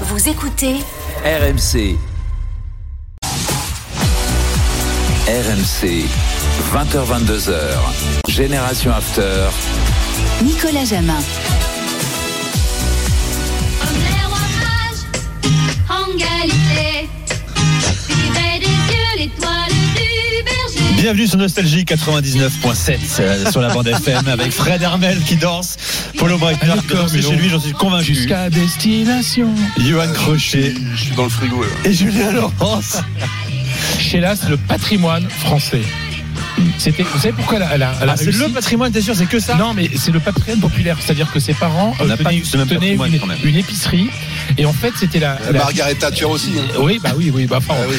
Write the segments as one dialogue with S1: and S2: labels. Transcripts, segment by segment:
S1: Vous écoutez
S2: RMC. RMC, 20h-22h, Génération After.
S1: Nicolas Jamin.
S3: Homère hommage, en Galilée, vivait des yeux l'étoile du berger.
S4: Bienvenue sur Nostalgie 99.7 euh, sur la bande FM avec Fred Hermel qui danse, Polo Breitner qui danse chez lui, j'en suis convaincu,
S5: Jusqu'à destination.
S4: Johan Crochet
S6: Je suis dans le frigo là.
S4: et Julien Laurence.
S5: Chélas, le patrimoine français. C'était, vous savez pourquoi elle a, elle a- elle a
S4: Ah, c'est
S5: réussi
S4: le patrimoine, t'es sûr, c'est que ça
S5: Non, mais c'est le patrimoine populaire. C'est-à-dire que ses parents euh,
S4: On n'a pas
S5: tenaient,
S4: eu ce même
S5: tenaient
S4: patrimoine,
S5: une,
S4: quand même.
S5: une épicerie. Et en fait, c'était la. la-
S6: Margaret Thatcher aussi. hein.
S5: Oui, bah oui, oui. Bah, enfin,
S6: Ah oui.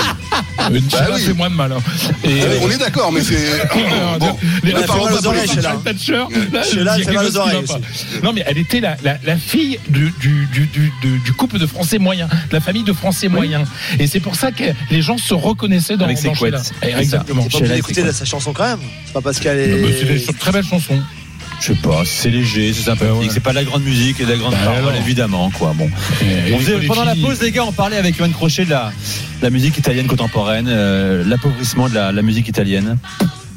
S5: euh,
S4: Bah
S5: Chélas
S6: oui.
S5: fait moins de mal. hein. Et,
S6: Ah oui,
S5: euh,
S6: on est d'accord, mais c'est.
S5: Alors,
S6: Bon,
S5: les
S6: la parole
S5: références
S6: aux oreilles,
S5: à
S6: Sheila.
S5: Thatcher, là,
S7: Sheila,
S5: il y a
S7: c'est
S5: quelque
S7: mal aux
S5: chose qui
S7: oreilles,
S5: va pas. Non, mais elle était la, la- la fille du, du- du- du- du- du couple de Français moyens, de la famille de Français moyens. Et c'est pour ça que les gens se reconnaissaient dans,
S4: Avec ses
S5: dans Sheila.
S4: couettes.
S5: Eh,
S4: C'est ça.
S5: Exactement.
S7: T'es pas obligé
S4: Ah,
S7: d'écouter sa chanson quand même C'est pas parce
S4: bah,
S7: qu'elle
S5: Euh, C'est
S7: est.
S5: une très belle chanson.
S4: Je sais pas, c'est léger, c'est sympathique,
S5: Bah ouais.
S4: c'est pas de la grande musique et de la grande
S5: Bah
S4: parole,
S5: alors.
S4: évidemment, quoi. Bon. On faisait- pendant la pause, les gars, on parlait avec Johan Crochet de la, de la musique italienne contemporaine, euh, l'appauvrissement de la, la musique italienne.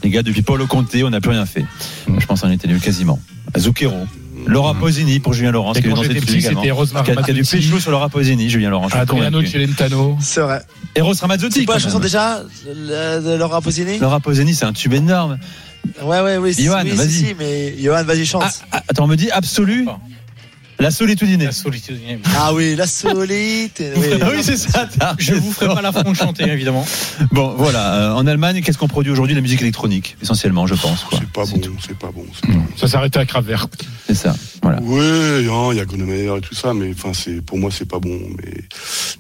S4: Les gars, depuis Paolo Conte, on n'a plus rien fait.
S5: Mm.
S4: Je pense qu'on était nuls quasiment. Zucchero. Laura Posini pour Julien Laurent,
S5: Et
S4: qui est
S5: quand
S4: dans cette
S5: j'étais
S4: musique
S5: petit,
S4: également.
S5: c'était Ah, Rosemary
S4: Qui a, qui a du
S5: Matsucci.
S4: pécho sur Laura Posini, Julien Laurent. je suis
S5: Adriano
S4: convaincu.
S5: Celentano.
S7: C'est vrai.
S4: Eros Ramazzotti.
S7: C'est quoi la
S4: quand
S7: chanson
S4: même.
S7: déjà Le- de Laura Pausini
S4: Laura Posini, c'est un tube énorme.
S7: Ouais, ouais, oui. si,
S4: Johan,
S7: oui, si,
S4: vas-y.
S7: si, mais Johan, vas-y,
S4: Ah,
S7: chante.
S4: ah, attends, on me dit absolu. La solitude innée.
S7: Ah, oui, la solite. Oui,
S4: Ah oui, c'est ça. t'as raison.
S5: la fronde chanter, évidemment.
S4: Bon, voilà. euh, en Allemagne, qu'est-ce qu'on produit aujourd'hui La musique électronique, essentiellement, je pense. quoi.
S6: C'est pas
S4: C'est tout.
S6: bon, c'est pas bon. c'est pas bon.
S5: Ça s'arrêtait à Kraftwerk.
S4: C'est ça. Voilà.
S6: Oui, hein, il y a Gonomeyer et tout ça, mais enfin, c'est pour moi, c'est pas bon. Mais,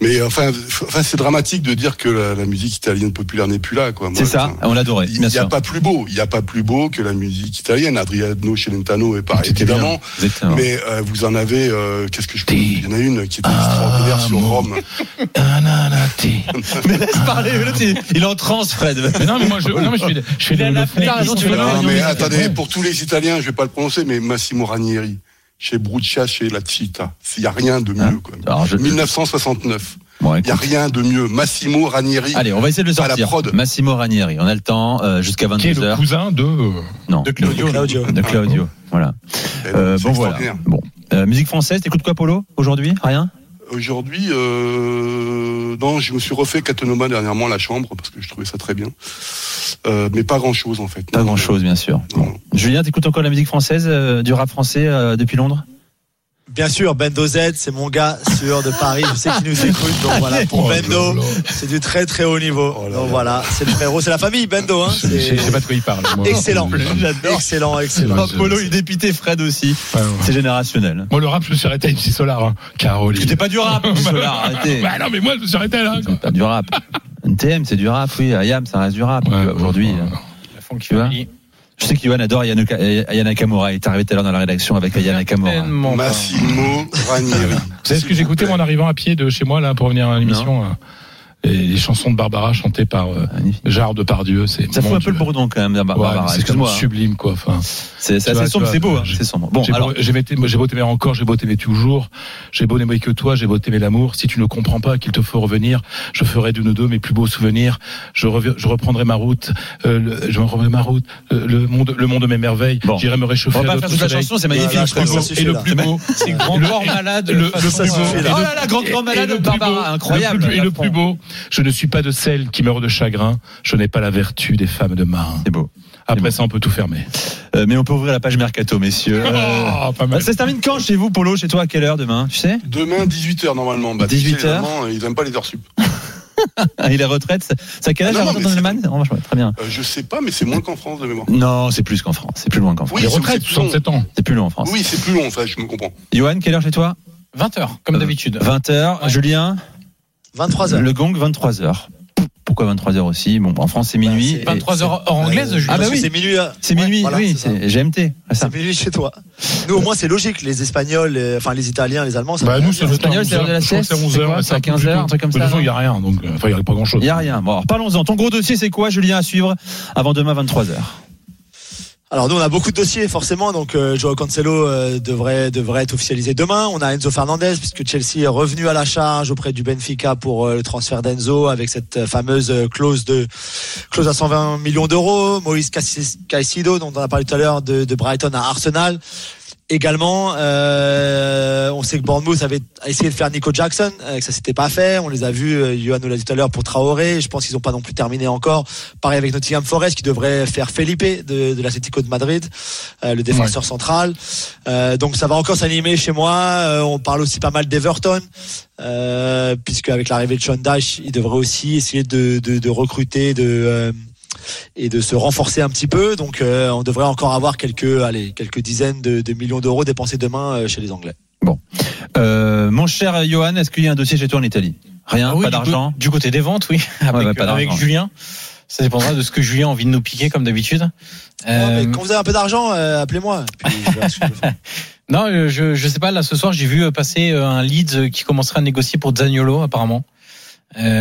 S6: mais enfin, f- enfin, c'est dramatique de dire que la, la musique italienne populaire n'est plus là, quoi. Moi,
S4: C'est ça.
S6: enfin,
S4: On l'adorait.
S6: Il
S4: Bien
S6: n'y a
S4: sûr.
S6: pas plus beau, il n'y a pas plus beau que la musique italienne. Adriano Celentano est pareil,
S4: C'était
S6: évidemment.
S4: bien. Exactement.
S6: Mais euh, vous en avez, euh, qu'est-ce que je peux vous dire Il y en a une qui
S4: Ah,
S6: était extraordinaire sur Rome.
S4: Mais laisse parler. l'autre, il- Il est en transe, Fred.
S5: Mais non, mais moi,
S4: Ah, bah
S5: je, non, mais je fais, je fais le, le fond.
S4: T'as raison, tu fais le
S6: Non,
S4: Pardon,
S6: mais
S4: mais
S6: attendez, pour tous les Italiens, je vais pas le prononcer, mais Massimo Ranieri, chez Bruccia, chez La Cita, il n'y a rien de
S4: Hein
S6: mieux. quoi.
S4: Alors, je-
S6: 1969,
S4: Bon,
S6: il n'y a
S4: écoute.
S6: rien de mieux. Massimo Ranieri,
S4: Allez, on va essayer de le
S6: À la
S4: sortir.
S6: prod.
S4: Massimo Ranieri. On a le temps euh, jusqu'à
S5: Qui est le
S4: 22h.
S5: cousin de. euh,
S4: Non.
S5: de Claudio.
S7: Claudio.
S4: De Claudio. Voilà.
S6: eh,
S4: Euh,
S6: c'est
S4: bon, voilà.
S6: extraordinaire.
S4: Bon. Euh, musique française, t'écoutes quoi, Polo, aujourd'hui Rien
S6: Aujourd'hui, euh, non, je me suis refait Catanoma dernièrement à la chambre, parce que je trouvais ça très bien. Euh, mais pas grand-chose, en fait.
S4: Pas
S6: Non,
S4: grand chose, bien sûr.
S6: non.
S4: Bon. Julien, t'écoutes encore de la musique française, euh, du rap français euh, depuis Londres
S7: Bien sûr, Bendo Z, c'est mon gars sûr de Paris. Je sais qu'il nous écoute. Donc voilà, pour
S5: Oh là
S7: Bendo,
S5: là.
S7: c'est du très très haut niveau.
S6: Oh là
S7: donc
S6: là.
S7: voilà, c'est le frérot, c'est la famille Bendo. Hein.
S5: Je je- je sais pas Oh, de quoi il parle. moi.
S7: Excellent.
S4: J'adore.
S7: Excellent, excellent.
S6: Ah,
S5: Ouais,
S4: Oh,
S5: je-
S4: Polo, il dépitait Fred aussi.
S5: Ouais, ouais.
S4: C'est générationnel.
S5: Moi, le rap, je me suis arrêté à MC Solar. hein. Caroline.
S4: C'était pas du rap, Solar, arrêtez.
S5: Bah non, mais moi, je me suis arrêté là. quoi.
S4: C'est pas du rap. NTM, c'est du rap, oui. IAM, ça reste du rap.
S5: Ouais,
S4: Tu vois, Aujourd'hui,
S5: ouais,
S4: euh,
S5: Tu vois
S4: Family. je sais qu'Yohan adore Ayano- Ayana Kamura. Il est arrivé tout à l'heure dans la rédaction avec Ayana Kamura.
S5: Tellement pas. Vous
S6: Massimo Ranieri.
S5: savez ce que j'écoutais moi, en arrivant à pied de chez moi là pour venir à l'émission euh, et les chansons de Barbara chantées par euh,
S4: Magnifique.
S5: Gérard Depardieu, c'est
S4: Ça fout
S5: mon
S4: un peu
S5: Dieu.
S4: le bourdon quand même, Bar-
S5: Ouais,
S4: Barbara.
S5: mais c'est quand même
S4: Excuse-moi. hein.
S5: sublime quoi. Enfin,
S4: C'est c'est
S5: Tu
S4: assez
S5: vois,
S4: sombre,
S5: tu
S4: c'est
S5: vois,
S4: beau. hein,
S5: j'ai-
S4: C'est sombre. Bon,
S5: j'ai
S4: alors,
S5: beau- j'ai beau, t'aimer- j'ai beau t'aimer encore, j'ai beau t'aimer toujours, j'ai beau n'aimer que toi, j'ai beau t'aimer l'amour. Si tu ne comprends pas qu'il te faut revenir, je ferai d'une ou deux mes plus beaux souvenirs. Je, revi- je reprendrai ma route, euh, le- je reprendrai ma route, euh, le monde, le monde de mes merveilles.
S4: Bon.
S5: J'irai me réchauffer.
S4: on va
S5: à
S4: pas faire toute
S5: d'autres
S4: la
S5: soleils.
S4: chanson, c'est
S7: Voilà,
S4: magnifique.
S7: je crois que ça
S4: Franco.
S7: suffit,
S5: Et le
S7: là.
S5: plus beau, c'est grand corps malade. Le, le plus
S7: Ça
S5: beau,
S7: suffit,
S5: et
S7: là.
S5: le-
S4: Oh là là, grand corps
S5: et-
S4: malade
S5: et
S4: de
S5: le plus
S4: Barbara,
S5: beau,
S4: incroyable,
S5: le plus- Et
S4: la
S5: le plus
S4: France.
S5: beau, je ne suis pas de celle qui meurt de chagrin. Je n'ai pas la vertu des femmes de marin.
S4: C'est beau.
S5: Après ça, on peut tout fermer.
S4: Euh, Mais on peut ouvrir la page mercato, messieurs. Euh,
S5: Oh, pas mal.
S4: Ça se termine quand chez vous, Polo Chez toi, à quelle heure demain Tu sais
S6: Demain, 18h normalement. Bah, tu sais,
S4: 18
S6: les
S4: heures.
S6: Allemands, ils n'aiment pas les heures sup.
S4: Ah, Il est retraite. c'est- C'est à quel âge
S6: Non,
S4: la
S6: non,
S4: retraite
S6: mais
S4: en
S6: c'est-
S4: Allemagne Oh, Très bien.
S6: Euh, je sais pas, mais c'est moins qu'en France de mémoire.
S4: Non, c'est plus qu'en France. C'est plus loin qu'en France.
S6: Oui,
S5: Les
S6: c'est-
S5: retraites,
S6: c'est plus long.
S5: 67 ans.
S4: C'est plus loin en France.
S6: Oui, c'est plus long, ça, je me comprends.
S4: Johan, quelle heure chez toi
S8: 20h, comme d'habitude.
S4: 20h.
S8: Ouais.
S4: Julien
S7: 23h.
S4: Le gong, 23h. Pourquoi 23h aussi Bon, en France, c'est minuit.
S7: Bah,
S4: et-
S8: 23h heure anglaise, je
S4: Ah bah
S7: Parce que
S4: oui.
S7: C'est minuit. hein.
S4: C'est
S7: Ouais,
S4: minuit,
S7: voilà,
S4: oui,
S7: c'est ça.
S4: c'est GMT. ah, ça.
S7: C'est minuit chez toi. Nous, au moins, c'est logique. Les Espagnols, les- enfin, les Italiens, les Allemands, ça
S5: Bah,
S7: va.
S5: nous, c'est le
S4: Espagnol, c'est l'heure de la sieste, c'est quoi, c'est à 15 heures, un truc comme
S5: De toute
S4: ça,
S5: façon,
S4: non
S5: il n'y a rien, donc euh, enfin, il n'y a pas grand-chose.
S4: Il n'y a rien. Bon, alors, parlons-en. Ton gros dossier, c'est quoi, Julien, à suivre avant demain 23h
S7: Alors nous on a beaucoup de dossiers forcément donc euh, Joao Cancelo euh, devrait devrait être officialisé demain. On a Enzo Fernandez puisque Chelsea est revenu à la charge auprès du Benfica pour euh, le transfert d'Enzo avec cette euh, fameuse euh, clause de clause à 120 millions d'euros. Moïse Cassis- Caicedo dont on a parlé tout à l'heure de, de Brighton à Arsenal. Également, euh, on sait que Bournemouth avait essayé de faire Nico Jackson, euh, que ça s'était pas fait. On les a vus, euh, Johan nous l'a dit tout à l'heure pour Traoré. Je pense qu'ils n'ont pas non plus terminé encore. Pareil avec Nottingham Forest qui devrait faire Felipe de, de l'Atlético de Madrid, euh, le défenseur central. Euh, donc ça va encore s'animer chez moi. Euh, on parle aussi pas mal d'Everton, euh, puisque avec l'arrivée de Sean Dash, il devrait aussi essayer de, de, de recruter, de euh, et de se renforcer un petit peu. Donc euh, on devrait encore avoir quelques, allez, quelques dizaines de, de millions d'euros dépensés demain euh, chez les Anglais.
S4: Euh, mon cher Johan, est-ce qu'il y a un dossier chez toi en Italie Rien,
S8: Ah oui,
S4: pas
S8: du
S4: d'argent.
S8: co- Du côté des ventes, oui.
S4: Ouais,
S8: Avec,
S4: bah, pas
S8: euh,
S4: d'argent.
S8: avec Julien. Ça dépendra de ce que Julien a envie de nous piquer, comme d'habitude.
S7: Non,
S8: Euh,
S7: mais quand vous avez un peu d'argent, euh, appelez-moi. Puis je verrai ce que je fais.
S8: non, euh, je, je sais pas. Là, ce soir, j'ai vu euh, passer euh, un lead qui commencerait à négocier pour Zaniolo, apparemment.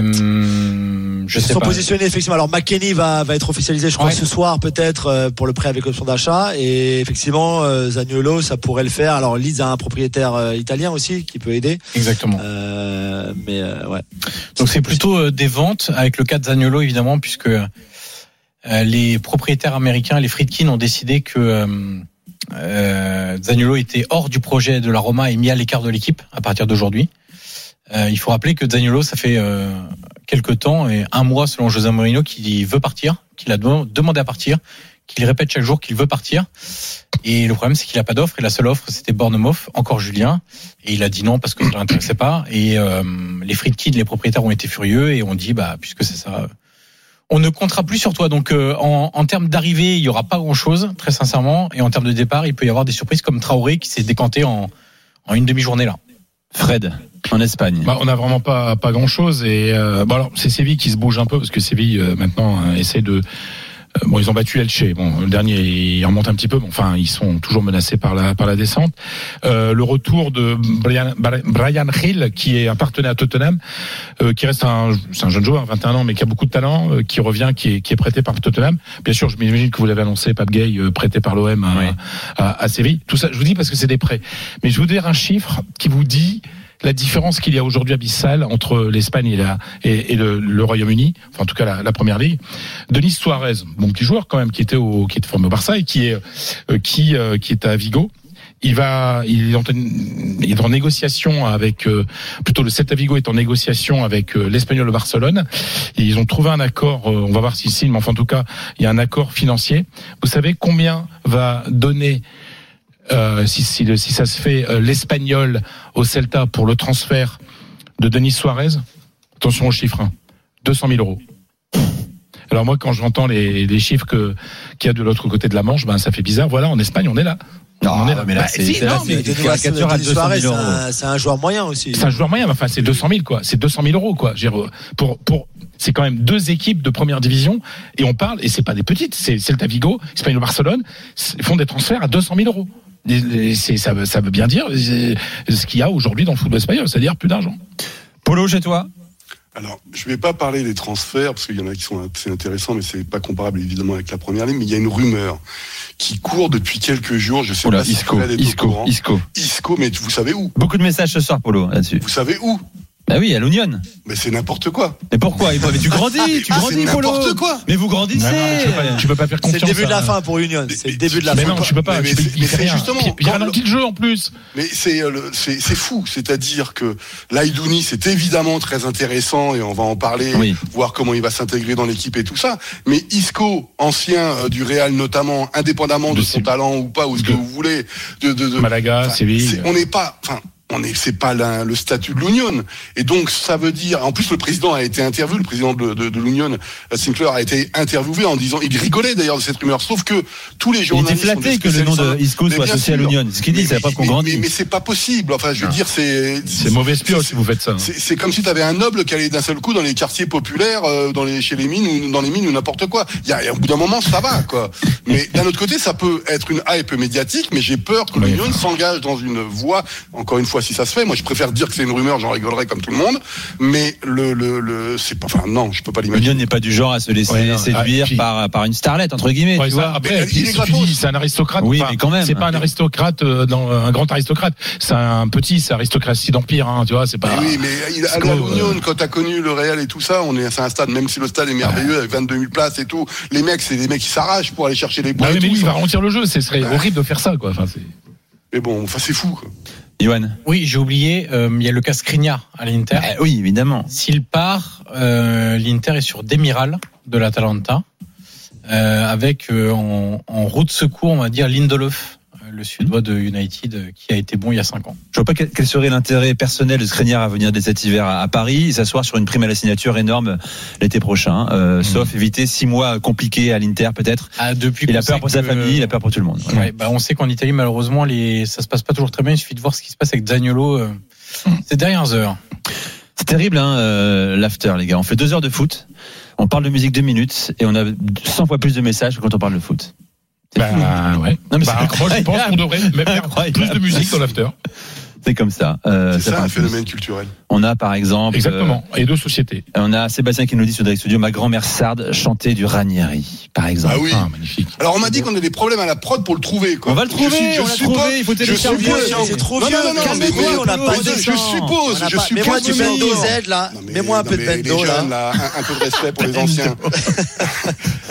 S8: Euh, je
S7: Ils se
S8: sais
S7: sont
S8: pas.
S7: positionnés effectivement. Alors McKenny va, va être officialisé, je crois,
S8: Ouais.
S7: ce soir peut-être euh, pour le prêt avec option d'achat. Et effectivement, euh, Zaniolo, ça pourrait le faire. Alors Leeds a un propriétaire euh, italien aussi qui peut aider.
S8: Exactement.
S7: Euh, mais euh, ouais.
S8: Donc c'est plutôt euh, des ventes avec le cas de Zaniolo évidemment puisque euh, les propriétaires américains, les Friedkin ont décidé que euh, euh, Zaniolo était hors du projet de la Roma et mis à l'écart de l'équipe à partir d'aujourd'hui. Euh, il faut rappeler que Zaniolo, ça fait euh, quelques temps et un mois selon José Mourinho qu'il veut partir, qu'il a dem- demandé à partir, qu'il répète chaque jour qu'il veut partir. Et le problème c'est qu'il a pas d'offre et la seule offre c'était Bournemouth, encore Julien. Et il a dit non parce que ça ne l'intéressait pas. Et euh, les Friedkin, les propriétaires ont été furieux et ont dit bah puisque c'est ça, euh, on ne comptera plus sur toi. Donc euh, en, en termes d'arrivée, il y aura pas grand chose, très sincèrement. Et en termes de départ, il peut y avoir des surprises comme Traoré qui s'est décanté en, en une demi-journée là.
S4: Fred, en Espagne.
S5: Bah, on n'a vraiment pas, pas grand chose. Et euh, bon, alors, c'est Séville qui se bouge un peu parce que Séville euh, maintenant euh, essaie de. euh, Bon, ils ont battu Elche. Bon, le dernier, il remonte un petit peu. Mais enfin, ils sont toujours menacés par la par la descente. Euh, le retour de Brian, Brian Hill, qui est appartenait à Tottenham, euh, qui reste un, c'est un jeune joueur, 21 ans, mais qui a beaucoup de talent, euh, qui revient, qui est, qui est prêté par Tottenham. Bien sûr, je m'imagine que vous l'avez annoncé, Pape Gay, euh, prêté par l'OM à,
S4: Oui.
S5: à, à Séville. Tout ça, je vous dis parce que c'est des prêts. Mais je vous dire un chiffre qui vous dit la différence qu'il y a aujourd'hui abyssale entre l'Espagne et, la, et, et le, le Royaume-Uni, enfin en tout cas la, la première ligue. Denis Suarez, bon petit joueur quand même, qui était au, qui est formé au Barça et qui est euh, qui euh, qui est à Vigo. Il va, il est en, il est en négociation avec, euh, plutôt le Celta Vigo est en négociation avec euh, l'Espagnol de Barcelone. Et ils ont trouvé un accord. euh, on va voir si signe, mais enfin en tout cas, il y a un accord financier. Vous savez combien va donner euh, si, si, le- si ça se fait, euh, l'Espagnol au Celta pour le transfert de Denis Suarez, attention aux chiffres, hein, 200 000 euros. Alors moi, quand j'entends les, les chiffres que- qu'il y a de l'autre côté de la Manche, ben ça fait bizarre. Voilà, en Espagne, on est là. on est là. Bah, si, non, mais
S7: Denis
S4: caricature à
S7: Denis
S4: 200
S7: Suarez,
S4: 000
S7: c'est
S4: euros.
S7: un- c'est un joueur moyen aussi.
S5: C'est un joueur moyen, mais enfin, c'est 200 000, quoi. C'est 200 000 euros, quoi. J'ai re- euh, Pour, pour, c'est quand même deux équipes de première division, et on parle, et c'est pas des petites, c'est Celta Vigo, Espagnol Barcelone, c'est- font des transferts à 200 000 euros. Et- et c'est- ça, veut- ça veut bien dire euh, ce qu'il y a aujourd'hui dans le football espagnol, c'est-à-dire plus d'argent.
S4: Polo chez toi
S6: Alors, je vais pas parler des transferts, parce qu'il y en a qui sont assez intéressants, mais c'est pas comparable évidemment avec la première ligne, mais il y a une rumeur qui court depuis quelques jours, je sais
S4: Oula,
S6: pas si
S4: Isco,
S6: Fred est au
S4: Isco,
S6: courant.
S4: Isco.
S6: Isco, mais vous savez où
S4: Beaucoup de messages ce soir, Polo, là-dessus.
S6: Vous savez où
S4: Bah oui, à l'Union.
S6: Mais c'est n'importe quoi.
S4: Mais pourquoi Yvan Mais tu grandis, tu
S6: Ah,
S4: grandis,
S6: c'est
S4: Polo.
S6: n'importe quoi.
S4: Mais vous grandissez.
S5: tu, peux pas, tu peux pas faire
S7: C'est
S5: confiance. hein.
S7: le début de
S5: à-
S7: la fin pour Union. C'est le début de la
S5: Mais
S7: fin.
S5: non, tu peux pas.
S6: Mais-
S5: tu peux-
S6: mais
S5: il fait
S6: c'est
S5: rien.
S6: justement,
S5: Puis- puis Il y a
S6: quand
S5: un
S6: le-
S5: petit jeu en plus.
S6: Mais c'est euh, le- c'est c'est fou, c'est-à-dire que l'Aidouni, c'est évidemment très intéressant et on va en parler,
S4: Oui.
S6: voir comment il va s'intégrer dans l'équipe et tout ça. Mais Isco, ancien euh, du Real notamment, indépendamment de,
S5: De
S6: son
S5: Séville.
S6: talent ou pas, ou ce que
S5: De-
S6: vous voulez, de, de, de-
S4: Ah,
S5: Malaga,
S6: enfin,
S5: Séville.
S6: c'est- On n'est pas, enfin, on est, c'est pas la- le statut de l'Union. Et donc ça veut dire, en plus le président a été interviewé, le président de, de, de l'Union, euh, Sinclair a été interviewé en disant, il rigolait d'ailleurs de cette rumeur, sauf que tous les
S4: Il était
S6: journalistes. sont des
S4: flatté que le nom
S6: spécialistes,
S4: de Isco
S6: mais
S4: soit
S6: bien
S4: associé à
S6: sûr.
S4: l'Union. Ce qu'il dit,
S6: Mais-
S4: c'est la preuve qu'on
S6: mais-
S4: grandit.
S6: Mais, mais c'est pas possible. Enfin, je veux
S5: Non.
S6: dire, c'est.
S5: C'est mauvaise pioche si vous faites ça.
S6: C'est c'est comme si tu avais un noble qui allait d'un seul coup dans les quartiers populaires, euh, dans les, chez les mines ou dans les mines ou n'importe quoi. Il y a, il y a- au bout d'un moment, ça va, quoi. Mais d'un autre côté, ça peut être une hype médiatique, mais j'ai peur que
S5: Oui.
S6: l'Union s'engage dans une voie, encore une fois, fois si ça se fait. Moi, je préfère dire que c'est une rumeur, j'en rigolerai comme tout le monde. Mais le, le, le c'est pas, enfin, non, je peux pas l'imaginer.
S4: L'union n'est pas du genre à se laisser
S5: Ouais, non.
S4: séduire
S5: Ah, puis-
S4: par, par une starlette, entre guillemets.
S5: Ouais,
S4: tu
S5: ça,
S4: vois.
S5: après,
S6: Mais il est
S5: si tu
S6: gratos.
S5: dis, c'est un aristocrate.
S4: Oui,
S5: enfin,
S4: mais quand même.
S5: C'est pas un aristocrate, euh, dans, un grand aristocrate. C'est un petit, c'est aristocratie d'empire, hein, tu vois. C'est pas.
S6: Mais oui, mais il, à
S5: que,
S6: l'Union, quand t'as connu le Real et tout ça, on est, c'est un stade, même si le stade est merveilleux avec 22 000 places et tout, les mecs, c'est des mecs qui s'arrachent pour aller chercher les
S5: Non,
S6: points. et
S5: Ah mais
S6: tout.
S5: lui, il va ralentir le jeu. Ce serait horrible de faire ça, quoi. Enfin, c'est-
S6: Mais bon, enfin, c'est fou. quoi.
S4: Yoann.
S8: Oui, j'ai oublié, euh, il y a le cas Skriniar à
S6: Ah,
S8: l'Inter.
S4: Eh oui, évidemment.
S8: S'il part, euh, l'Inter est sur Demiral de l'Atalanta, euh, avec euh, en, en roue de secours, on va dire, Lindelof, euh, le Suédois de United, euh, qui a été bon il y a 5 ans.
S4: Je vois pas quel quel serait l'intérêt personnel de Skriniar à venir dès cet hiver à à Paris et s'asseoir sur une prime à la signature énorme l'été prochain.
S6: Hmm.
S4: euh, Sauf éviter six mois compliqués à l'Inter peut-être.
S8: Ah, depuis
S4: Il
S8: qu'on
S4: a peur
S8: sait
S4: pour sa
S8: que-
S4: famille, il a peur pour tout le monde. Voilà.
S8: Ouais, bah on sait qu'en Italie, malheureusement, les... ça se passe pas toujours très bien. Il suffit de voir ce qui se passe avec Zaniolo euh,
S6: Mm.
S8: ces dernières heures.
S4: C'est terrible, hein, euh, l'after, les gars. On fait deux heures de foot, on parle de musique deux minutes et on a 100 fois plus de messages que quand on parle de foot.
S5: Bah, ouais.
S4: Non, mais
S5: Bah,
S4: c'est
S5: moi, je pense qu'on devrait même faire
S4: Incroyable.
S5: plus de musique dans l'after.
S4: C'est comme ça. euh,
S6: C'est
S4: ça
S6: ça,
S4: parle
S6: un
S4: plus.
S6: phénomène culturel.
S4: On a par exemple. euh,
S5: Exactement. Et deux sociétés.
S4: on a Sébastien qui nous dit sur Direct Studio, ma grand-mère sarde chantait du Ranieri, par exemple.
S6: Ah oui.
S5: Ah, magnifique.
S6: Alors, on m'a dit qu'on a des problèmes à la prod pour le trouver, quoi.
S4: On va le
S6: Je
S4: trouver,
S6: suis- je
S4: on l'a
S6: suppose-
S4: trouvé, il faut
S6: je
S4: télécharger.
S6: suppose-
S4: C'est- c'est
S7: trop
S6: Non,
S7: vieux,
S6: non, non, non, mais
S7: calmez-vous,
S6: moi,
S7: on n'a pas
S6: je-
S7: de
S6: Je
S7: sang.
S6: suppose,
S7: On n'a
S6: je
S7: pas-
S6: suppose.
S7: Mets-moi du
S6: qu'il y a-
S7: bendo Z là,
S6: Non, mais-
S7: mets-moi un
S6: non,
S7: peu de
S6: mais les
S7: bendo là.
S6: jeunes, là, un, un peu de respect pour les anciens.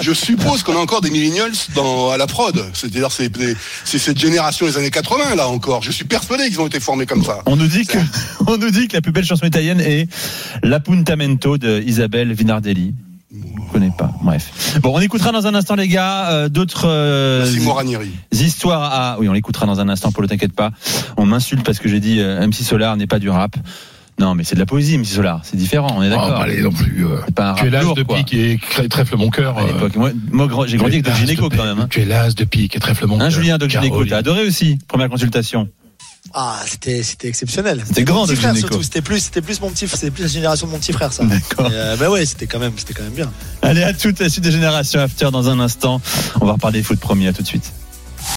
S6: Je suppose qu'on a encore des millennials dans, à la prod. C'est-à-dire, c'est des- c'est cette génération des années 80, là, encore. Je suis persuadé qu'ils ont été formés comme ça.
S4: On nous dit que on nous dit que la plus belle chanson italienne est L'Appuntamento de Isabelle Vinardelli. Je connais pas. Bref. Bon, on écoutera dans un instant les gars euh, d'autres euh,
S6: C'est Moranieri.
S4: histoires à Oui, on l'écoutera dans un instant Polo, t'inquiète pas. On m'insulte parce que j'ai dit euh, MC Solar n'est pas du rap. Non, mais c'est de la poésie MC Solar, c'est différent, on est
S5: Ah,
S4: d'accord.
S5: bah, allez, non plus. euh,
S4: c'est pas un
S5: Tu es
S4: rap
S5: l'as
S4: lourd
S5: de
S4: quoi.
S5: pique et cré- trèfle mon cœur.
S4: À
S5: euh,
S4: l'époque, moi, moi, grand- j'ai grandi avec
S5: tu es
S4: Doc
S5: l'as de
S4: Gynéco
S5: pique-
S4: quand même. Hein,
S5: Tu es l'as de pique et trèfle mon cœur.
S4: Hein, Julien Doc Gynéco,
S5: Caroline.
S4: t'as adoré aussi. Première consultation.
S7: Ah, c'était c'était exceptionnel.
S4: C'était grand,
S7: mon petit
S4: Denis
S7: frère
S4: Nico.
S7: surtout. C'était plus c'était plus mon petit, c'était plus la génération de mon petit frère ça.
S4: D'accord.
S7: Mais, euh, bah ouais, c'était quand même c'était quand même bien.
S4: Allez, à toute la suite des générations after dans un instant. On va reparler foot premier, à tout de suite.